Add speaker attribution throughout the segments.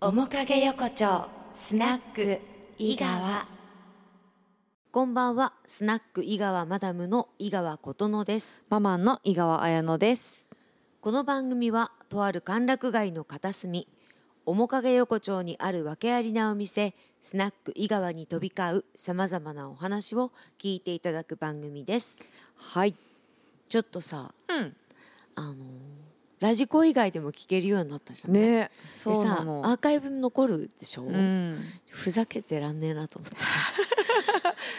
Speaker 1: 面影横丁スナック井川
Speaker 2: こんばんは、スナック井川マダムの井川琴乃です。
Speaker 3: ママンの井川彩乃です。
Speaker 2: この番組は、とある歓楽街の片隅、面影横丁にある訳ありなお店、スナック井川に飛び交う様々なお話を聞いていただく番組です。
Speaker 3: はい。
Speaker 2: ちょっとさ、
Speaker 3: うん。
Speaker 2: あのーラジコ以外でも聞けるようになったじゃん。で
Speaker 3: ね、
Speaker 2: さ
Speaker 3: そうなの。
Speaker 2: アーカイブ残るでしょ、
Speaker 3: うん。
Speaker 2: ふざけてらんねえなと思って。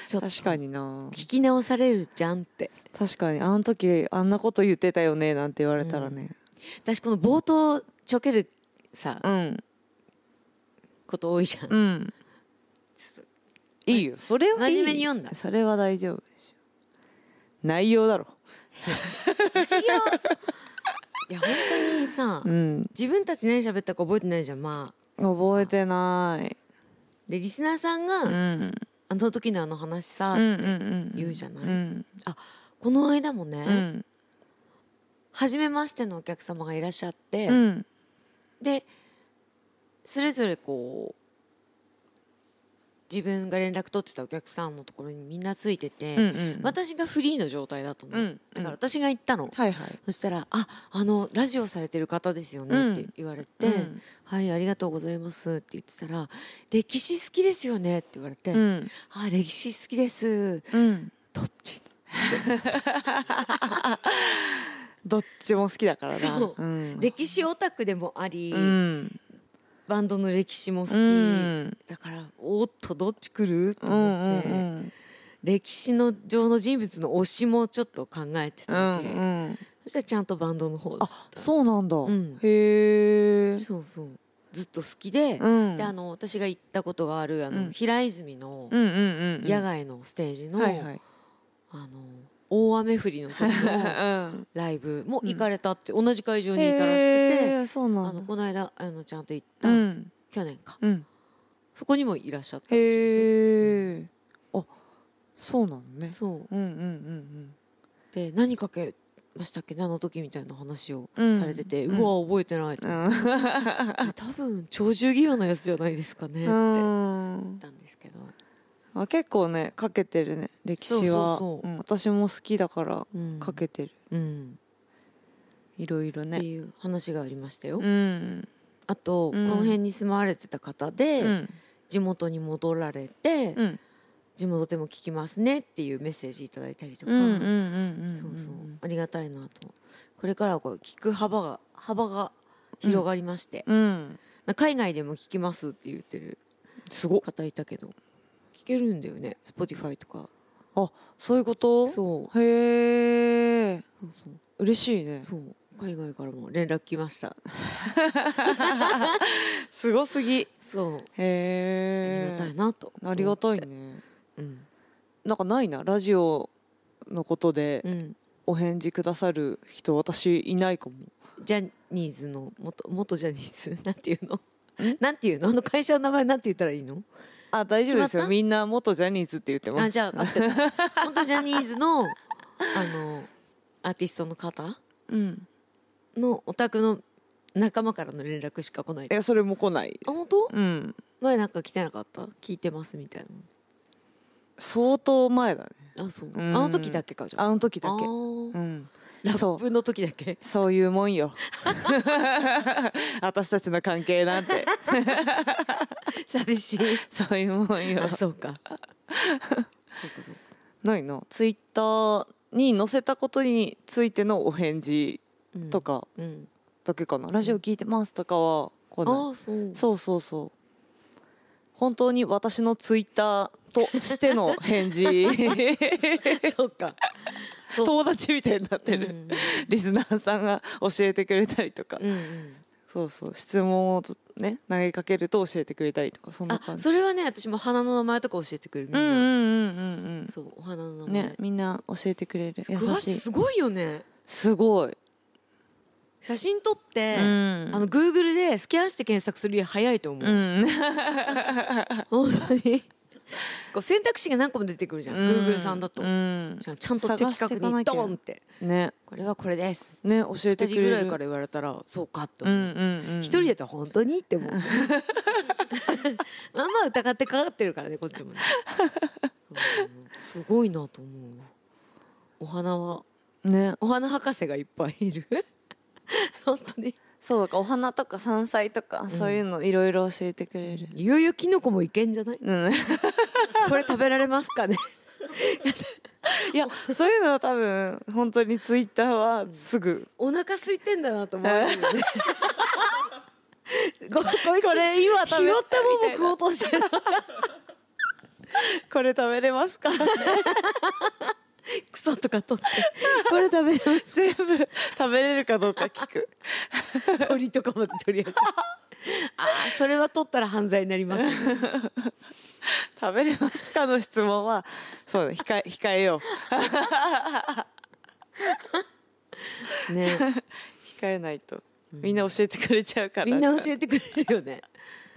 Speaker 2: ちょっと
Speaker 3: 確かにな。
Speaker 2: 聞き直されるじゃんって。
Speaker 3: 確かにあの時あんなこと言ってたよねなんて言われたらね。
Speaker 2: 私この冒頭ちょけるさ、
Speaker 3: うん。
Speaker 2: こと多いじゃん
Speaker 3: うん。いいよ。それはいい。
Speaker 2: 真面目に読んだ
Speaker 3: それは大丈夫でしょ。内容だろ。
Speaker 2: いや本当にさ、
Speaker 3: うん。
Speaker 2: 自分たち何喋ったか覚えてないじゃんまあ
Speaker 3: 覚えてない。
Speaker 2: でリスナーさんが、
Speaker 3: うん。
Speaker 2: あの時のあの話さ、
Speaker 3: うんうんうん。
Speaker 2: 言うじゃない
Speaker 3: うん。
Speaker 2: あこの間もね、
Speaker 3: うん。
Speaker 2: 初めましてのお客様がいらっしゃって、
Speaker 3: うん。
Speaker 2: でそれぞれこう自分が連絡取ってたお客さんのところにみんなついてて、
Speaker 3: うんうん
Speaker 2: 私がフリーの状態だったの、
Speaker 3: うん
Speaker 2: だから私が行ったの、
Speaker 3: はいはい。
Speaker 2: そしたら「ああのラジオされてる方ですよね」って言われて「
Speaker 3: うん
Speaker 2: はいありがとうございます」って言ってたら「歴史好きですよね」って言われて「
Speaker 3: うん。
Speaker 2: あ歴史好きです
Speaker 3: うん。
Speaker 2: どっち?
Speaker 3: どっちも好きだからな。
Speaker 2: そう
Speaker 3: うん。
Speaker 2: 歴史オタクでもあり、
Speaker 3: うん。
Speaker 2: バンドの歴史も好き、
Speaker 3: うん
Speaker 2: だからおっとどっち来ると
Speaker 3: うんう
Speaker 2: 思って、
Speaker 3: ん
Speaker 2: 歴史の上の人物の推しもちょっと考えてた
Speaker 3: う
Speaker 2: わ
Speaker 3: ん
Speaker 2: け、
Speaker 3: うん
Speaker 2: そしたらちゃんとバンドの方だ
Speaker 3: あそうなんだ、
Speaker 2: ん
Speaker 3: へえ
Speaker 2: そうそうずっと好きで,、
Speaker 3: うん
Speaker 2: であの私が行ったことがあるあの、
Speaker 3: うん
Speaker 2: 平泉の、
Speaker 3: うんうんうんうん
Speaker 2: 野外のステージの,、
Speaker 3: はいはい
Speaker 2: あの大雨降りの時 の
Speaker 3: うん
Speaker 2: ライブも行かれたって、同じ会場にいたらしく
Speaker 3: へ
Speaker 2: て
Speaker 3: えそうな
Speaker 2: あ
Speaker 3: んだ
Speaker 2: のこの間あのちゃんと行った、
Speaker 3: うん
Speaker 2: 去年か
Speaker 3: うん
Speaker 2: そこにもいらっしゃったんで
Speaker 3: へえあそうなのね
Speaker 2: すよそう
Speaker 3: うんうんうん
Speaker 2: で何かけましたっけねあの時みたいな話を
Speaker 3: うん
Speaker 2: されてて、う
Speaker 3: うん
Speaker 2: わ覚えて ない、
Speaker 3: うんうん
Speaker 2: 多分鳥獣戯画のやつじゃないですかねって言っ
Speaker 3: うん
Speaker 2: たんですけど、
Speaker 3: あ結構ねかけてるね歴史は
Speaker 2: そうそうそう
Speaker 3: うん私も好きだから
Speaker 2: うん、
Speaker 3: かけてる
Speaker 2: うん、
Speaker 3: いろいろ
Speaker 2: って
Speaker 3: ね
Speaker 2: いう話がありましたよ、
Speaker 3: うん
Speaker 2: あと、
Speaker 3: うん
Speaker 2: この辺に住まわれてた方で、
Speaker 3: うん
Speaker 2: 地元に戻られて、
Speaker 3: うん
Speaker 2: 地元でも聞きますねっていうメッセージいただいたりとか、
Speaker 3: うんうんうんうん
Speaker 2: そうそうありがたいなとこれからはこう聞く幅が幅が広がりまして、
Speaker 3: うん
Speaker 2: な海外でも聞きますって言ってる
Speaker 3: すごっ
Speaker 2: 方いたけど聞けるんだよね Spotify とか
Speaker 3: あそういうこと
Speaker 2: そう
Speaker 3: へえ
Speaker 2: そうそう
Speaker 3: 嬉しいね
Speaker 2: そう海外からも連絡来ました
Speaker 3: すごすぎへ
Speaker 2: そうあり
Speaker 3: え
Speaker 2: がたいなと
Speaker 3: ありがたいね
Speaker 2: うん
Speaker 3: なんかないなラジオのことで
Speaker 2: うん
Speaker 3: お返事くださる人私いないかも
Speaker 2: ジャニーズの元元ジャニーズ なんていうのなんていうのあの会社の名前なんて言ったらいいの
Speaker 3: あ大丈夫で
Speaker 2: 決
Speaker 3: す
Speaker 2: まった
Speaker 3: よみんな元ジャニーズって言ってま
Speaker 2: あ
Speaker 3: す
Speaker 2: じゃあ合ってた本当ジャニーズのあのアーティストの方
Speaker 3: うん
Speaker 2: のお宅の仲間からの連絡しか来ないあ
Speaker 3: えそれも来ないです
Speaker 2: 本当
Speaker 3: うん
Speaker 2: 前なんか来てなかった聞いてますみたい
Speaker 3: 相当前だね
Speaker 2: なあそうあ
Speaker 3: うん
Speaker 2: の時だけかじゃあ
Speaker 3: あの時だけ
Speaker 2: あ
Speaker 3: う
Speaker 2: ー
Speaker 3: ん
Speaker 2: ラッ
Speaker 3: そ
Speaker 2: プの時だけ
Speaker 3: うそういうもんよ 私たちの関係なんて
Speaker 2: 寂しい
Speaker 3: そういうもんよ
Speaker 2: あそうかそうかそうか
Speaker 3: ないなツイッターに載せたことについてのお返事
Speaker 2: うん
Speaker 3: とか
Speaker 2: うん
Speaker 3: だけかな、ラジオ聞いてますとかは来
Speaker 2: あ
Speaker 3: ない
Speaker 2: ーそう
Speaker 3: そうそうそう本当に私のツイッターとしての返 事
Speaker 2: そう かそう
Speaker 3: 友達みたいになってる、
Speaker 2: うん
Speaker 3: リスナーさんが教えてくれたりとか、
Speaker 2: うんうん
Speaker 3: そうそう質問をね投げかけると教えてくれたりとかそんな
Speaker 2: あ
Speaker 3: 感じ
Speaker 2: それはね私も花の名前とか教えてくれるみ
Speaker 3: うんう
Speaker 2: な
Speaker 3: ん
Speaker 2: ん
Speaker 3: うんうん
Speaker 2: そうお花の
Speaker 3: う
Speaker 2: 名前
Speaker 3: んねみんな教えてくれる優
Speaker 2: うわ
Speaker 3: しい
Speaker 2: すごいよね
Speaker 3: すごい、
Speaker 2: 写真撮って、
Speaker 3: うん
Speaker 2: あの Google でスキャンして検索するより早いと思う、
Speaker 3: うん
Speaker 2: 本当にこう選択肢が何個も出てくるじゃん、
Speaker 3: うん
Speaker 2: Google さんだと、
Speaker 3: うん
Speaker 2: じゃあちゃんと的確にドーンって
Speaker 3: ね
Speaker 2: これはこれです
Speaker 3: ね教え
Speaker 2: 2
Speaker 3: てく
Speaker 2: 人
Speaker 3: れる
Speaker 2: ぐらいから言われたらそうかって
Speaker 3: う
Speaker 2: 思う、
Speaker 3: んうんうん
Speaker 2: 一人だったら本当にって思う まあまあ疑ってかかってるからねこっちもね、うんすごいなと思うわお花は
Speaker 3: ね
Speaker 2: お花博士がいっぱいいる本当に
Speaker 3: そうだからお花とか山菜とかそういうのいろいろ教えてくれる、
Speaker 2: いよいよキノコもいけんじゃない
Speaker 3: うん、
Speaker 2: これ食べられますかね
Speaker 3: いやそういうのは多分本当にツイッターはすぐ、
Speaker 2: お腹空いてんだなと思うよねご こいつ拾っ
Speaker 3: これ今
Speaker 2: た
Speaker 3: 食
Speaker 2: も
Speaker 3: べ
Speaker 2: んも食おうと してる
Speaker 3: これ食べれますか
Speaker 2: 草とか取ってこれ食べる
Speaker 3: 全部食べれるかどうか聞く
Speaker 2: 鳥とかまで取り出して あーそれは取ったら犯罪になります
Speaker 3: 食べれますかの質問はそうだ控え控えよ う
Speaker 2: ね
Speaker 3: 控えないとみんな教えてくれちゃうから
Speaker 2: みんな
Speaker 3: ち
Speaker 2: 教
Speaker 3: ゃん
Speaker 2: えてくれるよね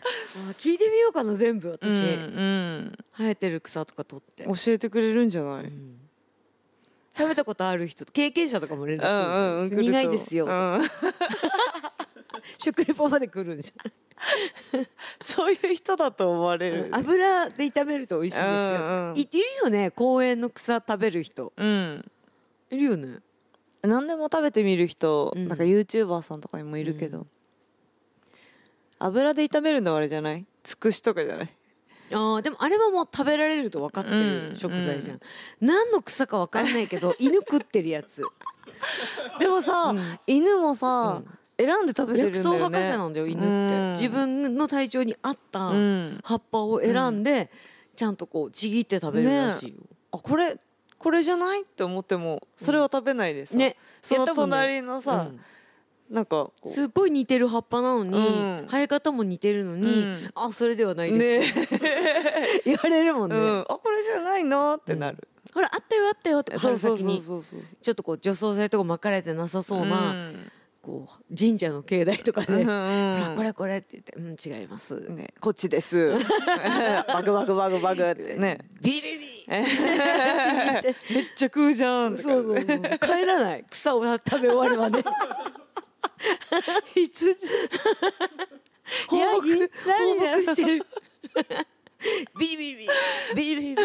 Speaker 2: あー聞いてみようかな全部
Speaker 3: と
Speaker 2: 私、
Speaker 3: うん、
Speaker 2: 生えてる草とか取って
Speaker 3: うん、教えてくれるんじゃない、うん
Speaker 2: 食べたことある人経験者とかも連絡
Speaker 3: うんうん、来ると
Speaker 2: 苦いですよ、
Speaker 3: うん、
Speaker 2: 食レポまで来るんじゃ
Speaker 3: そういう人だと思われる
Speaker 2: ん油で炒めると美味しいですよ、
Speaker 3: うんうん
Speaker 2: いいるよね公園の草食べる人
Speaker 3: うん
Speaker 2: いるよね
Speaker 3: 何でも食べてみる人、
Speaker 2: うん
Speaker 3: なんか YouTuber さんとかにもいるけど、油で炒めるのはあれじゃないつくしとかじゃない
Speaker 2: あーでもあれはもう食べられると分かって
Speaker 3: う
Speaker 2: る
Speaker 3: ん
Speaker 2: 食材じゃん、何の草か分かんない けど犬食ってるやつ
Speaker 3: でもさ、犬もさ、選んで食べてる
Speaker 2: 薬
Speaker 3: んだ
Speaker 2: 草
Speaker 3: よ
Speaker 2: 博士
Speaker 3: ね
Speaker 2: なんだよ犬って
Speaker 3: うん
Speaker 2: 自分の体調に合った
Speaker 3: うん
Speaker 2: 葉っぱを選んでちゃんとこうちぎって食べるらしいよ、
Speaker 3: あこれこれじゃないって思ってもそれは食べないです、
Speaker 2: ね
Speaker 3: そ
Speaker 2: やった
Speaker 3: の
Speaker 2: もんね
Speaker 3: 隣のさ、
Speaker 2: うん
Speaker 3: なんかこ
Speaker 2: すっごい似てる葉っぱなのに、
Speaker 3: うん
Speaker 2: 生え方も似てるのに、
Speaker 3: うん
Speaker 2: あそれではな
Speaker 3: う
Speaker 2: い
Speaker 3: ね
Speaker 2: です、 言われるもん
Speaker 3: う
Speaker 2: ね、
Speaker 3: ん、あこれじゃないなってなる、
Speaker 2: ほらあったよあったよって
Speaker 3: そう
Speaker 2: 春
Speaker 3: そう
Speaker 2: 先
Speaker 3: そう
Speaker 2: に
Speaker 3: そうそう
Speaker 2: ちょっとこう除草剤とかまかれてなさそうな、
Speaker 3: ん
Speaker 2: こう神社の境内とかで、
Speaker 3: うん
Speaker 2: ほ
Speaker 3: うん
Speaker 2: らこれこれって言って「うん違います」
Speaker 3: ね、こっちです バグバグバグバグってね
Speaker 2: ビリビリ
Speaker 3: めっちゃ食うじゃんとか
Speaker 2: そうそうそう帰らない草を食べ終わるまで
Speaker 3: 羊
Speaker 2: 放牧放
Speaker 3: ヤギ何
Speaker 2: 牧してるビリビリビリビリビリビ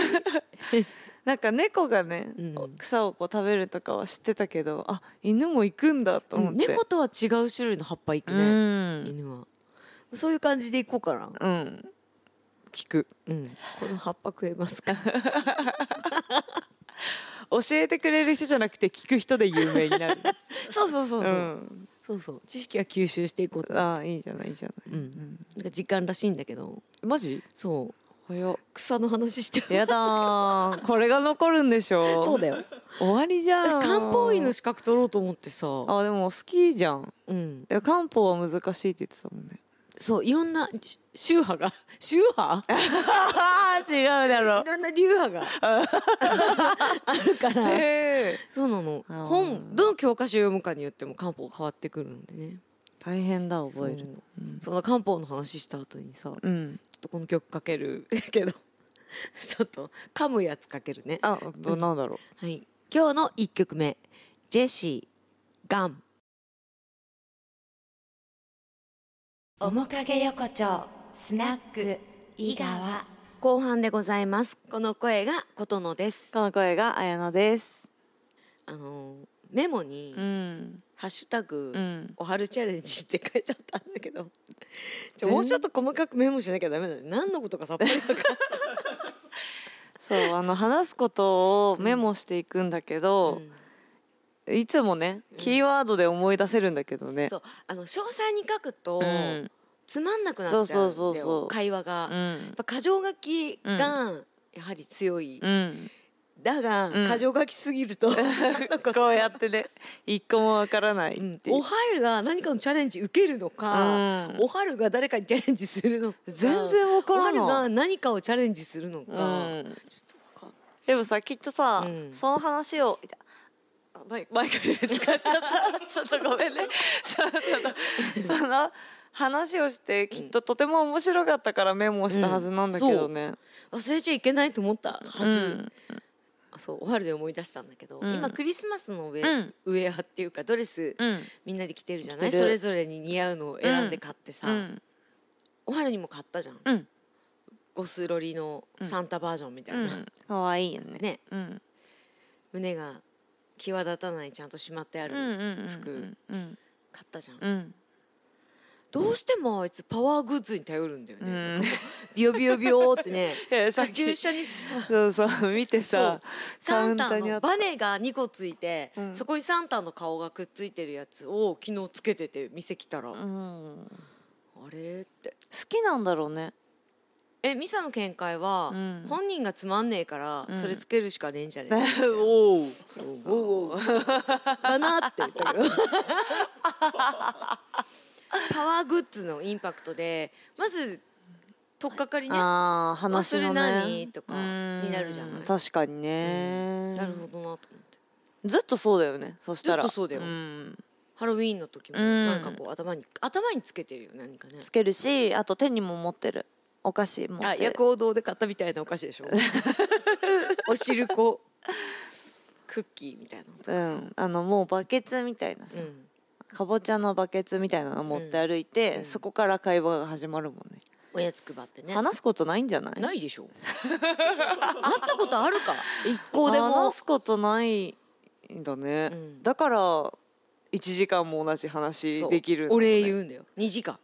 Speaker 2: リ
Speaker 3: なんか猫がね、
Speaker 2: うん
Speaker 3: 草をこう食べるとかは知ってたけどあ犬も行くんだと思って、
Speaker 2: 猫とは違う種類の葉っぱいく
Speaker 3: う
Speaker 2: ね、
Speaker 3: ん、
Speaker 2: 犬はそういう感じでいこうかな、
Speaker 3: うん、聞く
Speaker 2: うん、この葉っぱ食えますか
Speaker 3: 教えてくれる人じゃなくて聞く人で有名になる
Speaker 2: そうそう そうそう、
Speaker 3: うん
Speaker 2: そうそう知識は吸収していこうと、
Speaker 3: ああいいじゃないいいじゃな
Speaker 2: うんなんか時間らしいんだけど
Speaker 3: いマジ
Speaker 2: そう
Speaker 3: 早っ
Speaker 2: 草の話してる
Speaker 3: やだーこれが残るんでしょ
Speaker 2: そうだよ
Speaker 3: 終わりじゃん
Speaker 2: 私 漢方医の資格取ろうと思ってさ、
Speaker 3: あでも好きじゃん
Speaker 2: うん、
Speaker 3: いや漢方は難しいって言ってたもんね
Speaker 2: そういろんなし宗派が 宗派
Speaker 3: ああ違うだろ
Speaker 2: いろんな流派があるから
Speaker 3: ええ
Speaker 2: そうなの
Speaker 3: あー
Speaker 2: 本どの教科書を読むかによっても漢方変わってくるんでね
Speaker 3: 大変だ覚え
Speaker 2: そ
Speaker 3: る
Speaker 2: う
Speaker 3: うん
Speaker 2: その漢方の話した後にさ、ちょっ
Speaker 3: うん
Speaker 2: とこの曲かけるけど ちょっと噛むやつかけるね
Speaker 3: あどなんだろ
Speaker 2: はい今日の一曲目ジェシーガン
Speaker 1: 面影横丁スナック井川
Speaker 2: 後半でございますこの声が琴乃です
Speaker 3: うこの声が綾乃です
Speaker 2: あのーメモに
Speaker 3: ん
Speaker 2: 「ハッシュタグ、
Speaker 3: うん
Speaker 2: おはるチャレンジって書いてあったんだけ どちょ
Speaker 3: 全
Speaker 2: もうちょっと細かくメモしなきゃダメだね何のことかさっぱりわかんない
Speaker 3: そうあの話すことをメモしていくんだけど、いつもねキーワードで思い出せるんだけどね、
Speaker 2: そうあの詳細に書くと、
Speaker 3: うん
Speaker 2: つまんなくなっちゃうん
Speaker 3: そう
Speaker 2: だよ
Speaker 3: そうそうそう
Speaker 2: 会話が、
Speaker 3: う
Speaker 2: やっ
Speaker 3: ん
Speaker 2: ぱ箇条書きがやはり強い、
Speaker 3: うん、
Speaker 2: だが、
Speaker 3: うん
Speaker 2: 箇条書きすぎると
Speaker 3: こうやってね一個もわからないっていう
Speaker 2: おはるが何かのチャレンジ受けるのか、
Speaker 3: うん
Speaker 2: おはるが誰かにチャレンジするのか
Speaker 3: 全然わからない
Speaker 2: おはるが何かをチャレンジするのか、
Speaker 3: うん
Speaker 2: ちょっとわかんない
Speaker 3: でもさきっとさ、
Speaker 2: うん
Speaker 3: その話をいたあマイマイクで使っちゃったちょっとごめんねそうそうそうその話をしてきっととても面白かったからメモをしたはずなんだけどね。
Speaker 2: 忘れちゃいけないと思ったはず、
Speaker 3: うん
Speaker 2: あそうお春で思い出したんだけど、
Speaker 3: うん
Speaker 2: 今クリスマスのウェ,、
Speaker 3: う
Speaker 2: ウ
Speaker 3: ん
Speaker 2: ェアっていうかドレス、
Speaker 3: うん
Speaker 2: みんなで着てるじゃな
Speaker 3: 着
Speaker 2: い
Speaker 3: てる
Speaker 2: それぞれに似合うのを選んで買ってさ、
Speaker 3: うん
Speaker 2: お春にも買ったじゃん
Speaker 3: うん
Speaker 2: ゴスロリのサンタバージョンみたいな、
Speaker 3: うん可愛いよね。
Speaker 2: ね
Speaker 3: うん
Speaker 2: 胸が際立たないちゃんとしまってある
Speaker 3: うんうんうん
Speaker 2: 服
Speaker 3: うん
Speaker 2: 買ったじゃん、
Speaker 3: うん
Speaker 2: どうしてもあいつパワーグッズに頼るんだよ
Speaker 3: う
Speaker 2: ね、
Speaker 3: ん。
Speaker 2: ビヨビヨビヨってね
Speaker 3: いや さっ
Speaker 2: さ
Speaker 3: き
Speaker 2: 注射にさ
Speaker 3: そうそう見てさ
Speaker 2: サンタ
Speaker 3: カウンターにあ
Speaker 2: の
Speaker 3: った
Speaker 2: バネが2個ついて、
Speaker 3: ん
Speaker 2: そこにサンタの顔がくっついてるやつを昨日つけてて店来たら、
Speaker 3: う
Speaker 2: あ
Speaker 3: ん
Speaker 2: れって
Speaker 3: 好きなんだろうね。
Speaker 2: えミサの見解は、
Speaker 3: うん
Speaker 2: 本人がつまんねえから、
Speaker 3: ん
Speaker 2: それつけるしかねえんじゃねえ
Speaker 3: おおおお。
Speaker 2: だなって言ったけど パワーグッズのインパクトでまず取っかかりねな
Speaker 3: ああ話のね。
Speaker 2: 忘れ何とかになるじゃない
Speaker 3: うん確かにね。
Speaker 2: るほどなと思って
Speaker 3: ずっとそうだよねそしたら
Speaker 2: ずっとそうだよ
Speaker 3: ん
Speaker 2: ハロウィーンの時も
Speaker 3: うん
Speaker 2: なんかこう頭に頭につけてるよ何かね
Speaker 3: つけるしあと手にも持ってるお菓子持ってる
Speaker 2: あ薬王堂で買ったみたいなお菓子でしょ おしるこクッキーみたいなのとか
Speaker 3: う
Speaker 2: さ、
Speaker 3: ん、あのもうバケツみたいなさ、
Speaker 2: うん
Speaker 3: かぼちゃのバケツみたいなの持って歩いて、そこから会話が始まるもんね
Speaker 2: おやつ配ってね
Speaker 3: 話すことないんじゃない
Speaker 2: ないでしょ 会ったことあるか一向でも
Speaker 3: 話すことないんだね、
Speaker 2: うん
Speaker 3: だから1時間も同じ話できるんだ
Speaker 2: お
Speaker 3: ね
Speaker 2: 礼 言うんだよ2時間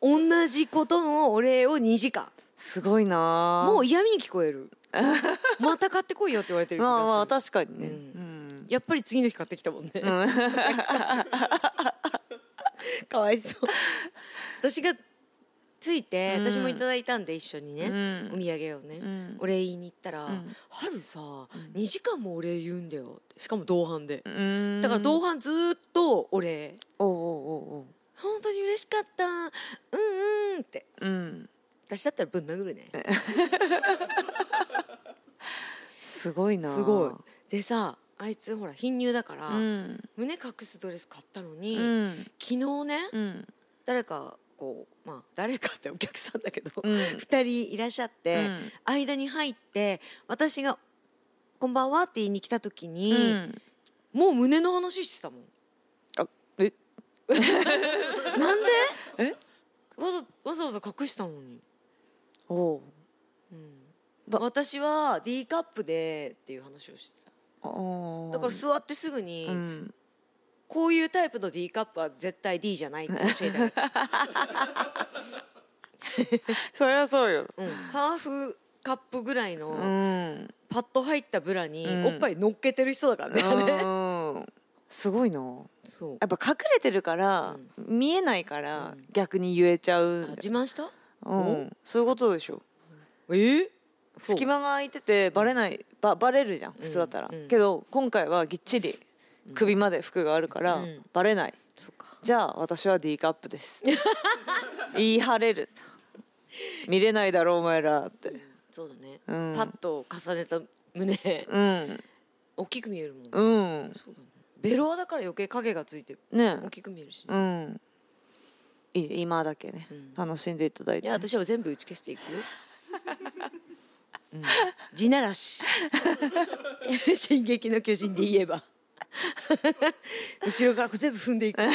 Speaker 2: 同じことのお礼を2時間
Speaker 3: すごいなあ
Speaker 2: もう嫌味に聞こえ るまた買ってこいよって言われてる気がす
Speaker 3: ま
Speaker 2: る
Speaker 3: あまあ確かにね、
Speaker 2: う
Speaker 3: うんん
Speaker 2: やっぱり次の日買ってきたもんね。 かわいそう。私がついて、
Speaker 3: うん
Speaker 2: 私もいただいたんで一緒にね、
Speaker 3: うん
Speaker 2: お土産をね、
Speaker 3: うん
Speaker 2: お礼言いに行ったら、
Speaker 3: ん
Speaker 2: 春さ、2時間もお礼言うんだよって。しかも同伴で。
Speaker 3: うん
Speaker 2: だから同伴ずーっとお礼。
Speaker 3: おうおうおう
Speaker 2: 本当に嬉しかった。うんうんって。
Speaker 3: おううん
Speaker 2: 私だったらぶん殴るね。
Speaker 3: すごいなあ
Speaker 2: すごい。でさ、あいつほら貧乳だから、
Speaker 3: うん
Speaker 2: 胸隠すドレス買ったのに、
Speaker 3: うん
Speaker 2: 昨日ね、
Speaker 3: うん
Speaker 2: 誰かこうまあ誰かってお客さんだけど、
Speaker 3: うん
Speaker 2: 2人いらっしゃって、
Speaker 3: うん
Speaker 2: 間に入って私が「こんばんは」って言いに来た時に、
Speaker 3: うん
Speaker 2: もう胸の話してたもん。
Speaker 3: あえ
Speaker 2: なん でわざわざわざ隠したのに、
Speaker 3: おう
Speaker 2: うん
Speaker 3: だ
Speaker 2: 私は D カップでっていう話をしてただ
Speaker 3: だ
Speaker 2: から座ってすぐに、
Speaker 3: うん、
Speaker 2: こういうタイプの D カップは絶対 D じゃないって教えてあげた、
Speaker 3: そりゃそうよ。
Speaker 2: うんハーフカップぐらいの、
Speaker 3: うん。
Speaker 2: パッと入ったブラに
Speaker 3: うん
Speaker 2: おっぱい乗っけてる人だ からね、あれ
Speaker 3: うんすごいな。
Speaker 2: そう
Speaker 3: やっぱ隠れてるから、見えないから、逆に言えちゃ
Speaker 2: あ
Speaker 3: う。
Speaker 2: 自慢した
Speaker 3: うん、そういうことでしょ
Speaker 2: えそう
Speaker 3: 隙間が空いててバレないばバレるじゃん普通だったら、
Speaker 2: うん
Speaker 3: けど今回はぎっちり首まで服があるから、
Speaker 2: うん
Speaker 3: バレない
Speaker 2: そうか
Speaker 3: じゃあ私は D カップです 言い張れる見れないだろうお前らって
Speaker 2: そうだね、
Speaker 3: うん
Speaker 2: パッと重ねた胸
Speaker 3: うん
Speaker 2: 大きく見えるもん、
Speaker 3: うん
Speaker 2: ベロアだから余計影がついて
Speaker 3: ね
Speaker 2: 大きく見えるし、
Speaker 3: うん、い今だけね、
Speaker 2: ん
Speaker 3: 楽しんでいただい
Speaker 2: い
Speaker 3: て
Speaker 2: や私は全部打ち消していくよ、うん、 地ならし 進撃の巨人で言えば 後ろからこう全部踏んでいく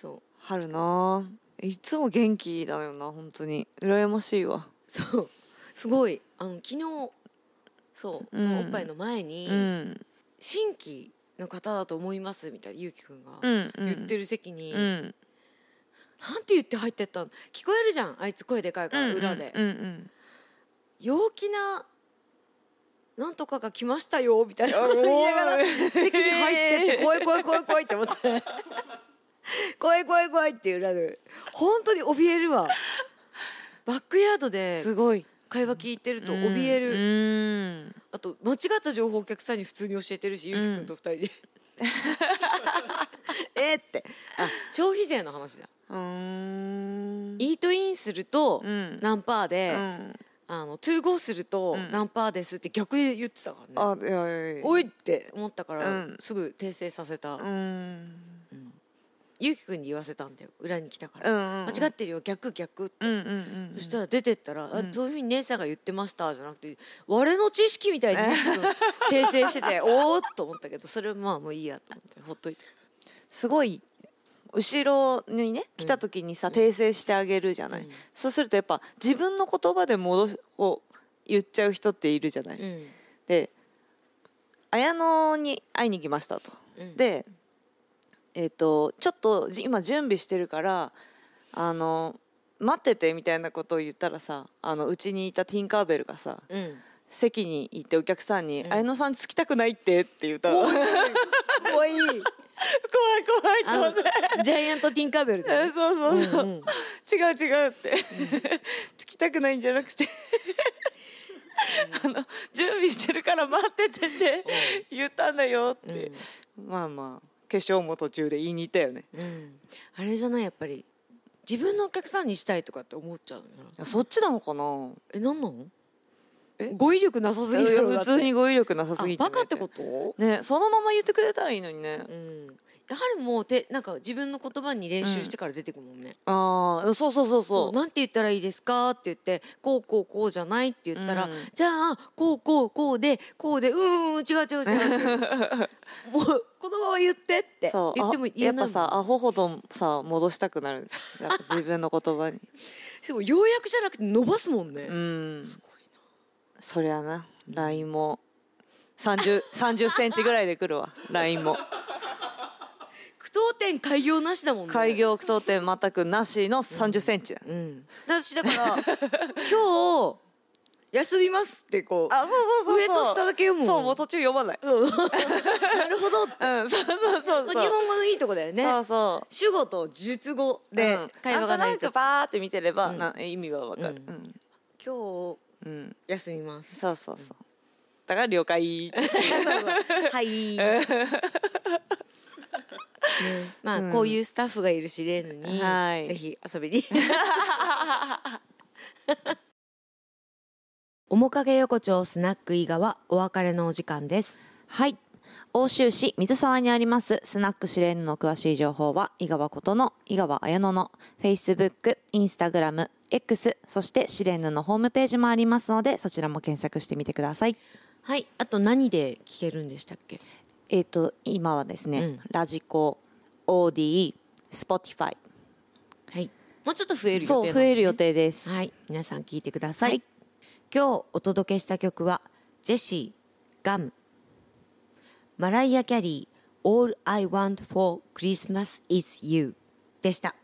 Speaker 2: そう
Speaker 3: 春なあいつも元気だよな本当に羨ましいわ
Speaker 2: そうすごいあの昨日そう、
Speaker 3: うん
Speaker 2: そのおっぱいの前に、
Speaker 3: うん
Speaker 2: 新規の方だと思いますみたいなゆうきくんが
Speaker 3: うん
Speaker 2: 言って
Speaker 3: る
Speaker 2: る席に、
Speaker 3: うん
Speaker 2: なんて言って入ってったの聞こえるじゃんあいつ声でかいから裏で、
Speaker 3: うんうん
Speaker 2: 陽気ななんとかが来ましたよみたいなこと言いなが
Speaker 3: お
Speaker 2: ら
Speaker 3: ー
Speaker 2: 席に入って って怖い怖い怖い怖いって思って怖い怖い怖いって裏で本当に怯えるわバックヤード
Speaker 3: うん
Speaker 2: です
Speaker 3: ごい
Speaker 2: 会話聞いてると怯える、
Speaker 3: る
Speaker 2: あと間違った情報をお客さんに普通に教えてるし、ゆうきくんと二人で えーってあ消費税の話だ
Speaker 3: うんうん
Speaker 2: イートインすると
Speaker 3: うん
Speaker 2: 何パーで、
Speaker 3: うん
Speaker 2: あのトゥーゴーすると
Speaker 3: うん
Speaker 2: 何パーですって逆に言ってたからね、
Speaker 3: あいやいやいや
Speaker 2: おいって思ったから、
Speaker 3: うん
Speaker 2: すぐ訂正させた、
Speaker 3: うーん
Speaker 2: ゆうきくんに言わせたんだよ裏に来たか
Speaker 3: う
Speaker 2: ら、
Speaker 3: んうん
Speaker 2: 間違ってるよ逆逆って、
Speaker 3: うんうんうん
Speaker 2: そしたら出てったら、あ
Speaker 3: うん
Speaker 2: そういうふうに姉さんが言ってましたじゃなくて我の知識みたいにゆうきくん訂正して ておおっと思ったけどそれまあもういいやと思ってほっといて。
Speaker 3: すごい後ろにね来た時にさ、訂正してあげるじゃない、
Speaker 2: うん
Speaker 3: そうするとやっぱ自分の言葉で戻すこう言っちゃう人っているじゃない、
Speaker 2: うん
Speaker 3: で綾乃に会いに来ましたと、
Speaker 2: うん
Speaker 3: でえっ、とちょっとじ今準備してるからあの待っててみたいなことを言ったらさあのうちにいたティンカーベルがさ
Speaker 2: うん
Speaker 3: 席に行ってお客さんに
Speaker 2: う
Speaker 3: 「
Speaker 2: ん
Speaker 3: 綾乃さん着きたくないって」って言ったら 怖い
Speaker 2: かわいい
Speaker 3: 怖いって
Speaker 2: あ
Speaker 3: 思っ
Speaker 2: の
Speaker 3: て
Speaker 2: ジャイアントティンカーベルだ
Speaker 3: え
Speaker 2: よね
Speaker 3: そうそうそう、
Speaker 2: うんうん
Speaker 3: 違う違うって、着きたくないんじゃなくてあの準備してるから待っててって言ったんだよって、まあまあ化粧も途中で言いに行ったよね
Speaker 2: うんあれじゃないやっぱり自分のお客さんにしたいとかって思っちゃうのよ
Speaker 3: そっちなのかな
Speaker 2: えなんなの
Speaker 3: え
Speaker 2: 語彙力なさすぎだろだ
Speaker 3: 普
Speaker 2: って
Speaker 3: 通に語彙力なさすぎ
Speaker 2: あバカってことと
Speaker 3: ねそのまま言ってくれたらいいのにね、
Speaker 2: うんやはりもうてなんか自分の言葉に練習してから出てくもんね、
Speaker 3: ああそうそうそう
Speaker 2: そう
Speaker 3: そ
Speaker 2: なんて言ったらいいですかって言ってこうこうこうじゃないって言ったら、
Speaker 3: うん
Speaker 2: じゃあこうこうこうでこうでうーん違う違う違うって もうこのまま言ってっ
Speaker 3: う
Speaker 2: て
Speaker 3: そう
Speaker 2: 言っても
Speaker 3: あ
Speaker 2: 言え
Speaker 3: やっ
Speaker 2: ない
Speaker 3: ぱ
Speaker 2: もん
Speaker 3: さアホほどさ戻したくなるんですやっぱ自分の言葉に
Speaker 2: すごいようやくじゃなくて伸ばすもんね、
Speaker 3: うん
Speaker 2: すごいな
Speaker 3: そりゃな LINE も30 30センチぐらいで来るわ LINE も
Speaker 2: 句読点開業なしだもんね
Speaker 3: 開業句読点全くなしの30センチだ、
Speaker 2: うん私だから今日休みますってこう
Speaker 3: あそうそうそうそう
Speaker 2: 上と下だけ読む
Speaker 3: そうもう途中読まない
Speaker 2: うんなるほどって
Speaker 3: うんそうそうそうそう
Speaker 2: 日本語のいいとこだよね
Speaker 3: そうそう
Speaker 2: 主語と述語で
Speaker 3: うん
Speaker 2: 会話が成り
Speaker 3: ん
Speaker 2: 立
Speaker 3: とな
Speaker 2: つ
Speaker 3: くバーって見てれば、
Speaker 2: うん
Speaker 3: な意味はわかる
Speaker 2: う
Speaker 3: うん、
Speaker 2: 今日
Speaker 3: うん
Speaker 2: 休み ます
Speaker 3: そうそうそうだから了解
Speaker 2: はい。ねまあ、
Speaker 3: うん
Speaker 2: こういうスタッフがいるしレーヌに、
Speaker 3: はい
Speaker 2: ぜひ遊 びに面影横丁スナック伊賀はお別れのお時間です
Speaker 3: はい欧州市水沢にありますスナックシレンヌの詳しい情報は井川ことの井川綾乃の Facebook、Instagram、X そしてシレンヌのホームページもありますのでそちらも検索してみてください
Speaker 2: はいあと何で聞けるんでしたっけ
Speaker 3: えっ、と今はですね、
Speaker 2: うん
Speaker 3: ラジコ、オーディ、スポティファイ
Speaker 2: はいもうちょっと増える予定
Speaker 3: そ
Speaker 2: な
Speaker 3: う
Speaker 2: の
Speaker 3: 増
Speaker 2: ね
Speaker 3: える予定です、
Speaker 2: はい皆さん聞いてください、
Speaker 3: はい
Speaker 2: 今日お届けした曲はジェシーガムマライア・キャリー All I Want for Christmas is You でした